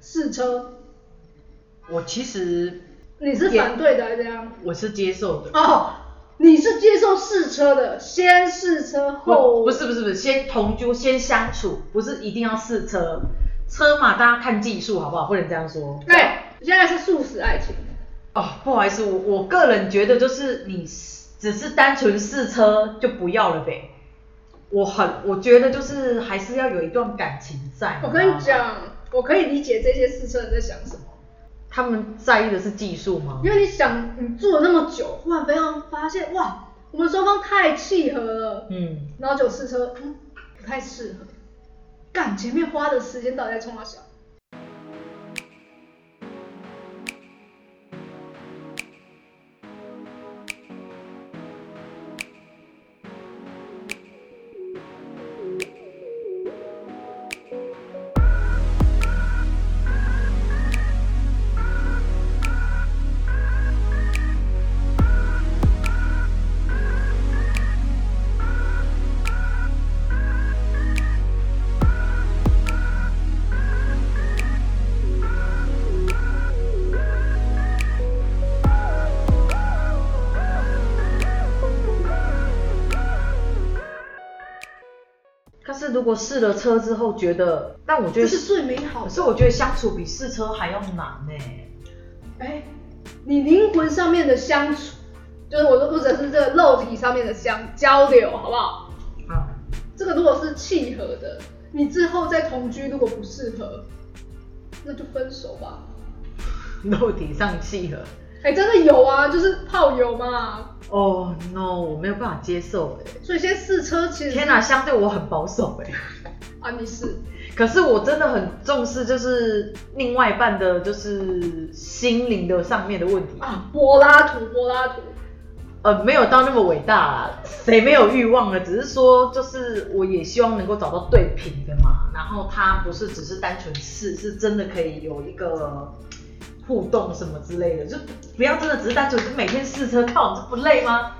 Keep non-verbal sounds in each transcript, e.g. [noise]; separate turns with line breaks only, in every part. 试车，
我其实
你是
也
反对的还是怎样？
我是接受的，
哦，你是接受试车的，先试车后
不不是不是不是，先同居先相处，不是一定要试车，车嘛大家看技术好不好？不能这样说。
哎、现在是素食爱情，
哦，不好意思，我我个人觉得就是你只是单纯试车就不要了呗。我很我觉得就是还是要有一段感情在。
我跟你
知道吗，
讲，我可以理解这些试车人在想什么，
他们在意的是技术吗？
因为你想你做了那么久，忽然非常发现哇，我们双方太契合了，
嗯，
然后就试车，嗯，不太适合，干前面花的时间到底在冲他小。
但是如果试了车之后觉得，但我觉
这
得
是最美好
可
的。
是我觉得相处比试车还要难欸呢、
哎、你灵魂上面的相处，就是我说，或者是这个肉体上面的相交流，好不好？
啊，
这个如果是契合的，你之后再同居，如果不适合，那就分手吧。
[laughs] 肉体上契合。
哎、真的有啊，就是炮友嘛。
哦、no，我没有办法接受哎、
所以先试车，其实
天哪、相对我很保守哎、
啊，你是
可是我真的很重视，就是另外一半的，就是心灵的上面的问题。
啊，柏拉图，柏拉图，
呃，没有到那么伟大啦，谁没有欲望呢？只是说，就是我也希望能够找到对频的嘛。然后他不是只是单纯试，是真的可以有一个互动什么之类的，就不要真的只是单纯就每天试车，靠，这不累吗？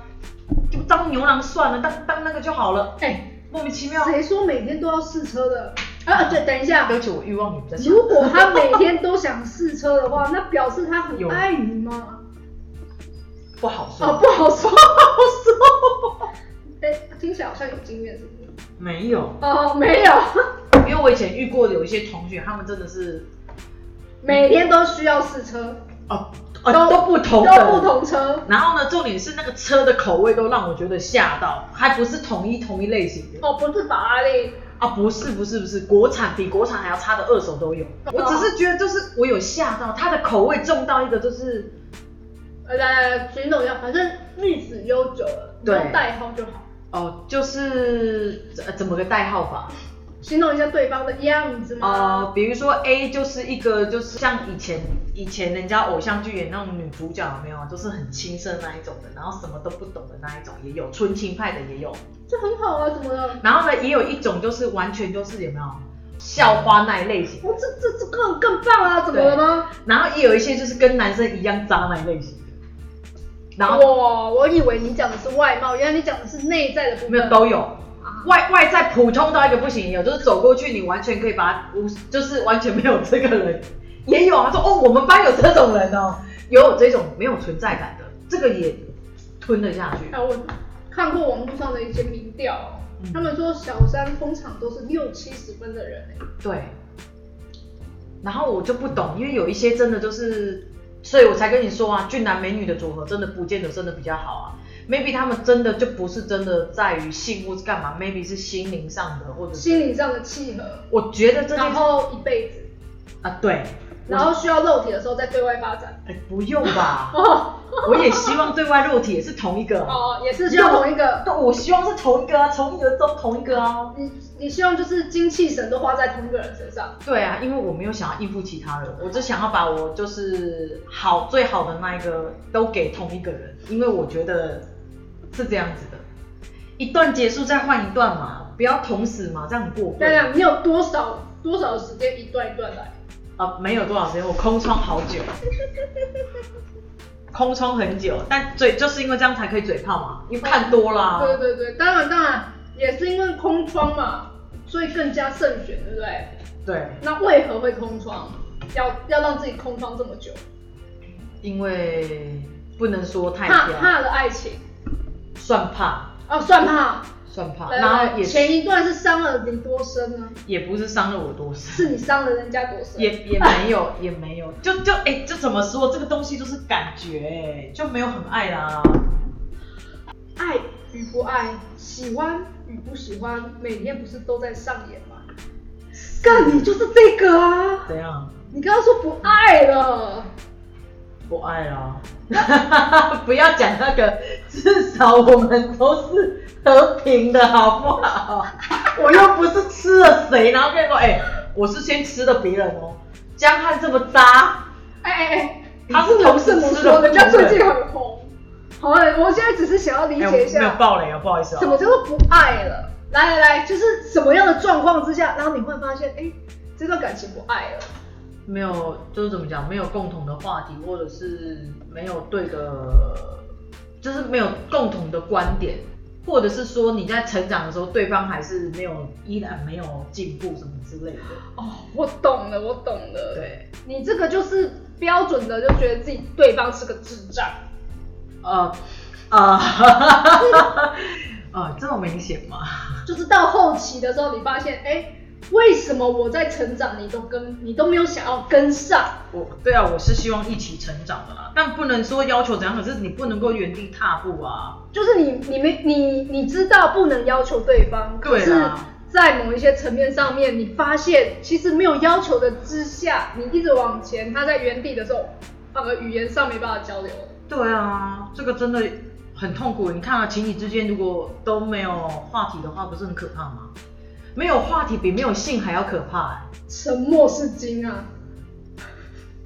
就当牛郎算了，当当那个就好了，
哎、
莫名其妙。
谁说每天都要试车的？啊，对，等一下
对，不起，我欲望也比较强。
如果他每天都想试车的话，那表示他很
有
爱你吗？
哦不好说，
啊，不好说。
好说。
哎、听起来好像有经验，是不是？
没有，
哦，没有，
因为我以前遇过有一些同学，他们真的是
每天都需要试车，
哦
都
哦都不同
都
的
不同车。
然后呢，重点是那个车的口味都让我觉得吓到，还不是同一同一类型的
哦，不是法拉利，
啊，不是不是不是，国产比国产还要差的二手都有。我只是觉得就是我有吓到，它的口味重到一个就是
呃，来形容一下，反正日子悠久了，
对
你就代号就好，
哦，就是呃怎么个代号法？
形容一下对方的样子嘛。
呃，比如说 A 就是一个就是像以前以前人家偶像剧演那种女主角有没有，就是很青涩那一种的，然后什么都不懂的那一种也有，纯情派的也有。
就很好啊，怎么了？
然后呢，也有一种就是完全就是有没有校花那一类型，
我、哦这这这更更棒啊，怎么了吗？
然后也有一些就是跟男生一样渣那一类型的。然后
我我以为你讲的是外貌，原来你讲的是内在的部分。
没有都有，外外在普通到一个不行也有，就是走过去你完全可以把他无，就是完全没有这个人，也有啊，说哦我们班有这种人哦，也有这种没有存在感的，这个也吞得下去
哎，。我看过网络上的一些民调哦、
嗯
他们说小三通常都是六七十分的人、哎
对，然后我就不懂，因为有一些真的就是，所以我才跟你说啊，俊男美女的组合真的不见得真的比较好啊。maybe 他们真的就不是真的在于性或是干嘛，maybe 是心灵上的，或者是
心理上的契合，
我觉得这件
然后一辈子，
啊对，
然后需要肉体的时候再对外发展。
哎不用
[laughs]
吧，
哦
我也希望对外肉体也是同一个啊，
哦，也是需要同一个，
对我希望是同一个啊，从一而终同一个啊。
你你希望就是精气神都花在同一个人身上。
对啊，因为我没有想要应付其他人，我只想要把我就是好最好的那一个都给同一个人，因为我觉得是这样子的，一段结束再换一段嘛，不要同时嘛，这样很过
亮
分。
亮，你有多少多少时间一段一段来？
啊，没有多少时间，我空窗好久，空窗很久，但嘴就是因为这样才可以嘴炮嘛，因为看多啊啦、
对对对，当然当然也是因为空窗嘛，所以更加慎选，对不对？
对
那为何会空窗？要要让自己空窗这么久，
因为不能说太
怕
挑，
怕了爱啊情，
算怕
哦，算怕。
算怕，
来
然
来
后
来
也
前一段是伤了你多深呢？
也不是伤了我多深，
是你伤了人家多深？
也也没有，也没有，就就哎、这怎么说？这个东西就是感觉、哎，就没有很爱啦。
爱与不爱，喜欢与不喜欢，每天不是都在上演吗？干，你就是这个啊！
怎样？
你刚刚说不爱了，
不爱啦。 [laughs] 不要讲那个，至少我们都是和平的，好不好？我又不是吃了谁，然后跟你说，哎、我是先吃的别人哦。江汉这么渣，
哎哎哎，
他是
同
同
事
事
么
吃
说，
的
人家最近很红。好了，我现在只是想要理
哎、我
解一
没有
下，
爆雷啊，不好意思啊。
什么叫做不爱了？来来来，就是什么样的状况之下，然后你会发现，哎、这段感情不爱了。
没有，就是怎么讲，没有共同的话题，或者是没有对的，就是没有共同的观点，或者是说你在成长的时候，对方还是没有，依然没有进步什么之类的。
哦，我懂了，我懂了。，
对，
你这个就是标准的，就觉得自己对方是个智障。
呃，呃，呃， [laughs] 这么明显吗？
就是到后期的时候，你发现，哎、为什么我在成长，你都跟你都没有想要跟上？
我对啊，我是希望一起成长的啦，但不能说要求怎样，可是你不能够原地踏步啊。
就是你你没你你知道不能要求对方，可
对
是
啦，
在某一些层面上面，你发现其实没有要求的之下，你一直往前，他在原地的时候，反而语言上没办法交流了。
对啊，这个真的很痛苦。你看啊，情侣之间如果都没有话题的话，不是很可怕吗？没有话题比没有性还要可怕、欸。
沉默是金啊！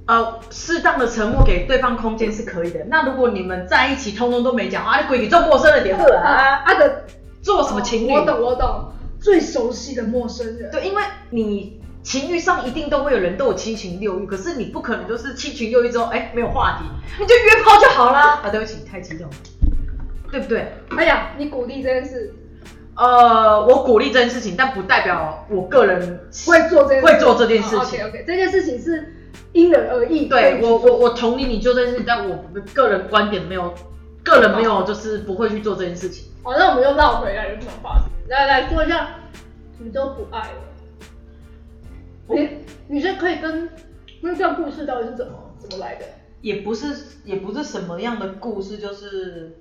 呃，适当的沉默给对方空间是可以的。那如果你们在一起，通通都没讲话，啊，你鬼你做陌生人点喝啊，
啊的
做什么情侣？
我懂我懂，最熟悉的陌生人。
对，因为你情欲上一定都会有人都有七情六欲，可是你不可能就是七情六欲之后，哎、没有话题，你就约炮就好啦。啊，对不起，太激动了，对不对？
哎呀，你鼓励这件事，
呃，我鼓励这件事情，但不代表我个人
会做这件
会做这件事
OK
情。
OK，这件事情是因人而异。可
对
以
我，我我同意你做这件事情，但我个人观点没有，个人没有就是不会去做这件事情。
好，哦那我们又绕回来有什么话题？来来说一下，你都不爱了，你你这可以跟那段故事到底是怎么怎么来的？
也不是也不是什么样的故事，就是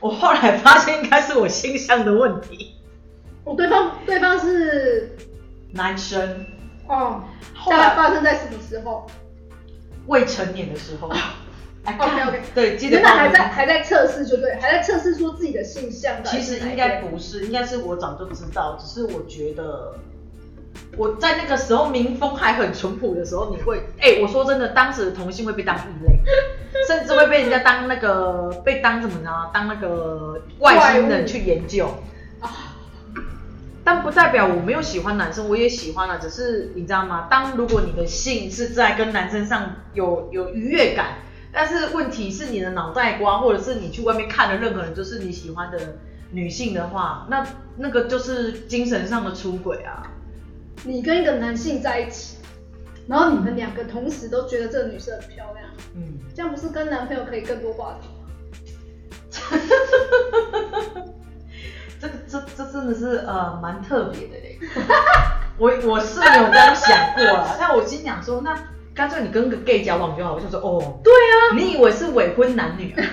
我后来发现应该是我性向的问题。
哦，对方对方是
男生
哦，
后
大概
来
发生在什么时候？
未成年的时候。哎
OK，OK
对，记得
原本还
报名
在还在测试，就对，还在测试说自己的性向。
其实应该，不是，应该是我早就知道，只是我觉得我在那个时候民风还很淳朴的时候，你会，哎、我说真的，当时的同性会被当异类，甚至会被人家当那个被当什么呢？当那个外星
怪物
人去研究
啊。
但不代表我没有喜欢男生，我也喜欢啊，只是你知道吗？当如果你的性是在跟男生上有有愉悦感，但是问题是你的脑袋瓜，或者是你去外面看的任何人，就是你喜欢的女性的话，那那个就是精神上的出轨啊。
你跟一个男性在一起，然后你们两个同时都觉得这个女生很漂亮，
嗯，
这样不是跟男朋友可以更多话题吗？
这个这这真的是呃蛮特别的嘞。我我是没有这样想过啦，但我心想说，那干脆你跟个 gay 交往就好。我想说，哦，
对啊，
你以为是未婚男女啊？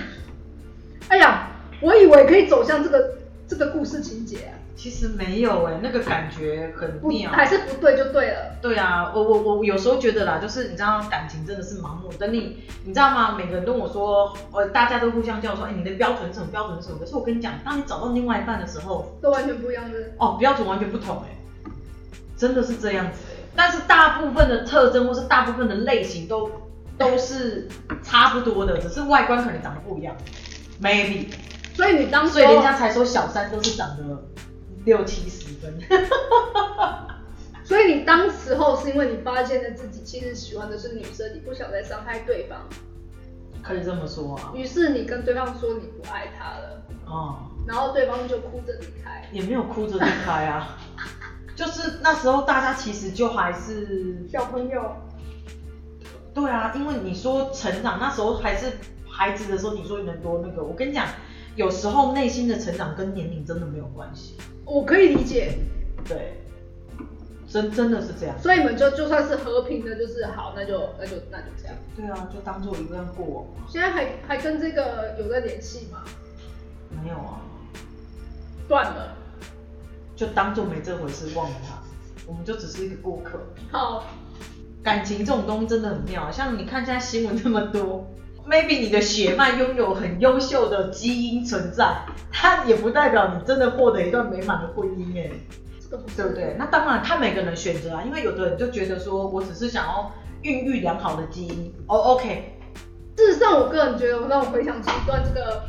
[laughs]
哎呀，我以为可以走向这个这个故事情节、啊，
其实没有哎、那个感觉很
不
妙。
还是不对就对了。
对啊，我我我有时候觉得啦，就是你知道感情真的是盲目。等你你知道吗？每个人跟我说，呃，大家都互相叫说，哎，你的标准是什么？标准是什么？可是我跟你讲，当你找到另外一半的时候，
都完全不一样的。
欸哦，标准完全不同哎、真的是这样子哎、但是大部分的特征或是大部分的类型都都是差不多的，只是外观可能长得不一样，maybe。
所以你当时啊
所以人家才说小三都是长得六七十分。 [laughs]
所以你当时候是因为你发现了自己其实喜欢的是女生，你不想再伤害对方，
可以这么说啊，
于是你跟对方说你不爱他了，
哦，
然后对方就哭着离开。
也没有哭着离开啊，就是那时候大家其实就还是，
小朋友，
对啊，因为你说成长那时候还是孩子的时候，你说你能多那个，我跟你讲，有时候内心的成长跟年龄真的没有关系，
我可以理解，
对，真真的是这样，
所以你们就就算是和平的，就是好，那就那就那就这样。
对啊，就当做一段过往嘛，
现在还还跟这个有在联系吗？
没有啊，
断了。
就当做没这回事，忘了它，我们就只是一个过客。
好，
感情这种东西真的很妙啊，像你看现在新闻这么多，maybe 你的血脉拥有很优秀的基因存在，它也不代表你真的获得一段美满的婚姻哎、
这个不是
对不对？那当然看每个人选择啊，因为有的人就觉得说我只是想要孕育良好的基因，哦、o k
事实上，我个人觉得，我让我回想起一段这个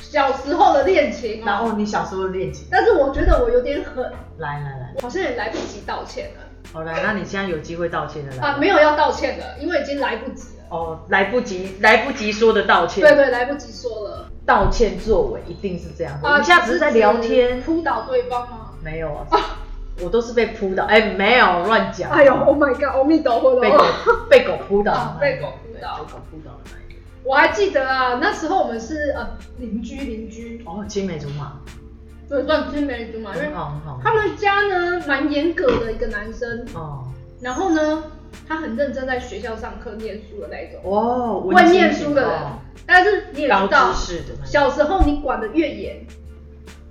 小时候的恋情、
然
啊，
哦后你小时候的恋情，
但是我觉得我有点狠，
来来
[laughs]
来，
我好像也来不及道歉了
好来，那你现在有机会道歉了
啊，
啦。
没有要道歉了，因为已经来不及了。
哦，来不及，来不及说的道歉，
对对，来不及说了。
道歉作为一定是这样
啊
的。我们现在只是在聊天，
扑倒对方吗？
没有啊，我都是被扑倒，哎、没有乱讲。
哎呦，Oh my god，阿弥陀佛
被狗
了。
被狗扑倒、
啊被狗扑倒
对被狗扑倒的那一个。
我还记得啊，那时候我们是呃邻居邻居，
哦，青梅竹马，
对，算青梅竹马，因为
很好很好。
他们家呢蛮严格的一个男生，
哦，
然后呢他很认真在学校上课念书的那一种，
哦，文
会
青
念书的人。
哦
但是你也知
高
道
知，识的那种，
小时候你管的越严，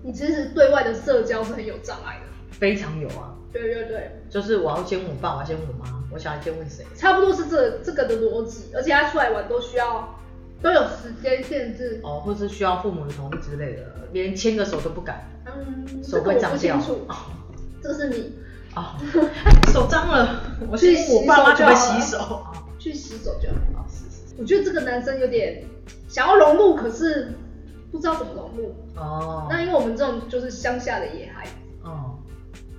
你其实对外的社交是很有障碍的。
非常有啊。
对对对，
就是我要先问我爸，我要先问我妈，我想要先问谁？
差不多是这这个的逻辑，而且他出来玩都需要都有时间限制。
哦，或是需要父母的同意之类的，连牵个手都不敢，
嗯，这
手
个
会
我
脏
不
掉
清。楚，这是你
哦， [laughs] 手脏了，我先问我爸妈怎么洗手。哦
去洗手就好。
哦是是是
我觉得这个男生有点想要融入，可是不知道怎么融入。
哦，
那因为我们这种就是乡下的野孩子，
哦，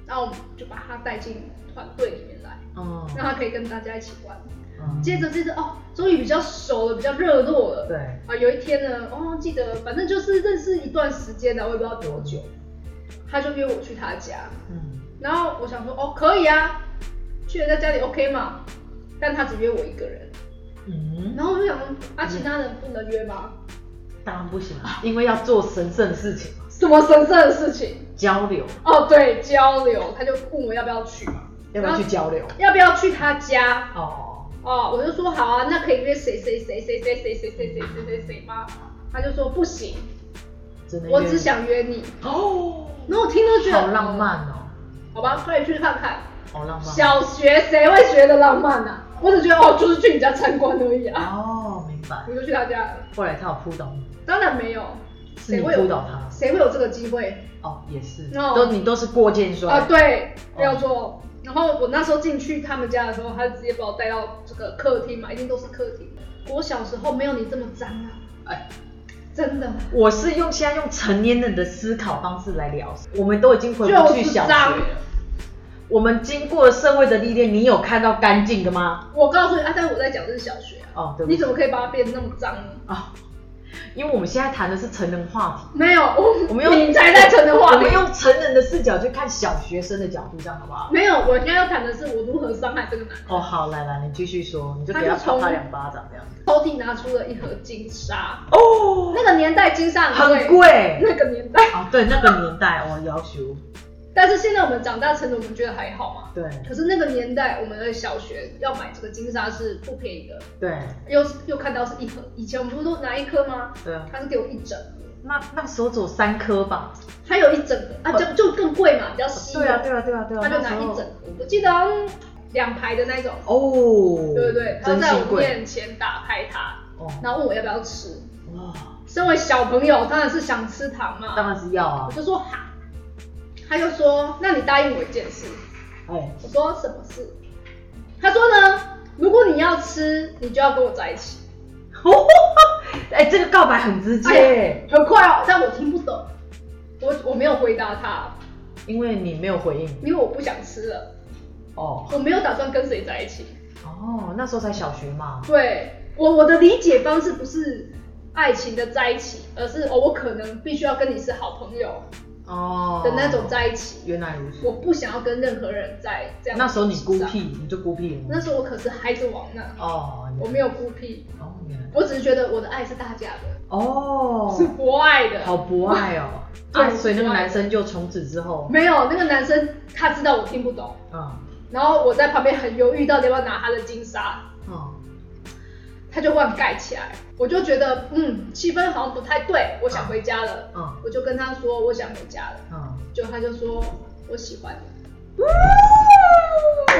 然后我们就把他带进团队里面来，
哦，
让他可以跟大家一起玩。
嗯
接着接着哦，终于比较熟了，比较热络了。
对，
啊，有一天呢，哦，记得反正就是认识一段时间了，我也不知道多久，他就约我去他家，
嗯，
然后我想说哦可以啊，去了在家里 OK 嘛，但他只约我一个人，
嗯，
然后我就想说啊，其他人不能约吗？
当然不行啊，因为要做神圣的事情嘛，
什么神圣的事情？
交流，
哦，对，交流，他就问我要不要去嘛，
要不要去交流？
要不要去他家？
哦，
哦，我就说好啊，那可以约谁谁谁谁谁谁谁谁谁谁谁谁吗？他就说不行，
真的，
我只想约你。
哦，
然后我听都觉得
好浪，漫哦，
好吧，快点去看看。
好浪漫，
小学谁会学的浪漫啊？我只觉得哦，就是去你家参观而已啊。
哦，明白。
我就去他家了，
后来他有扑倒你，
当然没有，
是你
谁会有
扑倒他？
谁会有这个机会
哦，也是，
哦
都你都是过肩摔
啊？对，
哦
没有错。然后我那时候进去他们家的时候，他就直接把我带到这个客厅嘛，一定都是客厅。我小时候没有你这么脏啊，
哎，
真的，
我是用现在用成年人的思考方式来聊，我们都已经回不
就
去
啊是
小学啊
脏。
了。我们经过了社会的历练，你有看到干净的吗？
我告诉你啊，但我在讲的是小学啊，
哦，对不
你
起
怎么可以把它变得那么脏呢？
啊、因为我们现在谈的是成人话题。
没有，
我们用
你才在成的话
我
题
们。用成人的视角去看小学生的角度，这样好不好？
没有，我现在要谈的是我如何伤害这个男人。
哦，好，来来，你继续说，你就给
他
他
就从
抽他两巴掌这样子。
抽屉拿出了一盒金沙，
哦，
那个年代金沙
很
贵，
贵
那个年代。
哦，对，那个年代哦，要求
但是现在我们长大成人，我们觉得还好嘛。
对
可是那个年代，我们的小学要买这个金沙是不便宜的，
对
又又看到是一盒，以前我们不是都拿一颗吗？
对啊，
他是给我一整盒，
那那时候只有三颗吧？
他有一整个啊，就就更贵嘛，比较稀有。
对啊对啊对啊对啊，
他就
那
拿
时
一
候
整盒，我记得好像两排的那种，
哦，
对不对？他
真
在
心
我
贵
面前打开它，
哦，
然后问我要不要吃。
哇，
身为小朋友，当然是想吃糖嘛。
当然是要啊
我，就说好，他就说那你答应我一件事。
哎
我说什么事？他说呢，如果你要吃，你就要跟我在一起。
哎、这个告白很直接、
哎很快哦，但我听不懂，我我没有回答他，
因为你没有回应。
因为我不想吃了，
哦
我没有打算跟谁在一起。
哦，那时候才小学嘛。
对我我的理解方式不是爱情的在一起，而是哦，我可能必须要跟你是好朋友
哦
的那种。在一起。
原来如此。
我不想要跟任何人在这样。啊
那时候你孤僻，，你就孤僻了吗。
那时候我可是孩子王呢，
哦，
我
原
没有孤僻，
来哦，原来
我只是觉得我的爱是大家的，是
哦，
博爱的。
好博爱哦。
对
啊，所以那个男生就从此之后，
没有那个男生，他知道我听不懂，
嗯
然后我在旁边很犹豫，到底要不要拿他的金沙。
嗯，
他就乱盖起来，我就觉得嗯气氛好像不太对，我想回家了，
嗯
我就跟他说我想回家了，
嗯，
就他就说我喜欢你，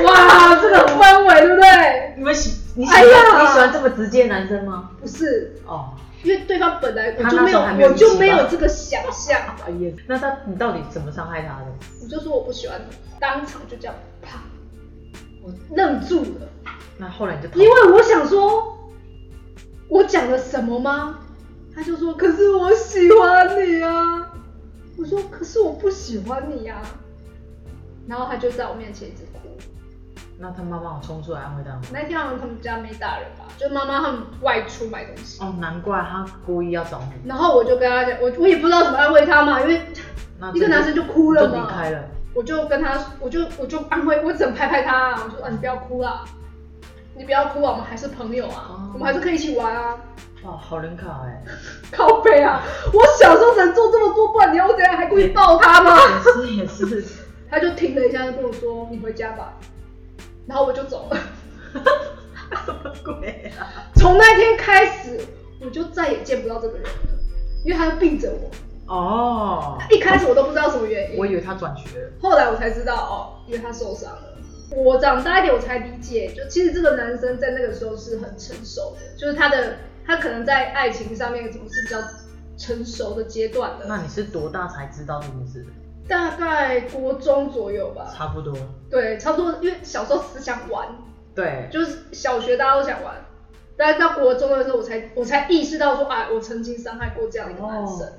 哇，这个氛围对不对？
你们喜你喜
哎
欢
呀
你喜欢这么直接的男生吗？
不是，
哦，
因为对方本来我
他
就
那
没
时
有，
候还没有
我就没
意识
有
到
这个想象，
哎呀，那他你到底怎么伤害他的？
我就说我不喜欢你，当场就这样啪，我愣住了，
那后来你就逃
因为我想说，我讲了什么吗？他就说可是我喜欢你啊，我说可是我不喜欢你呀、啊，然后他就在我面前一直哭。
那他妈妈有冲出来安慰他吗？
那天好像他们家没大人吧，就妈妈他们外出买东西，
哦，难怪他故意要找你，
然后我就跟他讲，我我也不知道怎么安慰他嘛，因为
那
一个
真的
男生就哭了
就离
嘛
开，了。
我就跟他，我就我就安慰，我只能拍拍他、啊，我就说啊你不要哭啦，你不要哭啊，我们还是朋友啊，
哦
我们还是可以一起玩啊，
哇，好人卡哎、
靠背啊，我小时候能做这么多，不然你要我怎样还故意抱他吗？
也是也 [laughs] 是，
他就停了一下，就跟我说你回家吧，然后我就走了。
什么鬼啊？
从那天开始，我就再也见不到这个人了，因为他病着我。
哦，
一开始我都不知道什么原因，
我以为他转学了。
后来我才知道哦，因为他受伤了。我长大一点，我才理解，就其实这个男生在那个时候是很成熟的，就是他的他可能在爱情上面总是比较成熟的阶段的，
那你是多大才知道这件事？
大概国中左右吧。
差不多。
对，差不多，因为小时候只想玩，
对，
就是小学大家都想
哦
玩，但是到国中的时候，我才我才意识到说，啊，我曾经伤害过这样一个男生。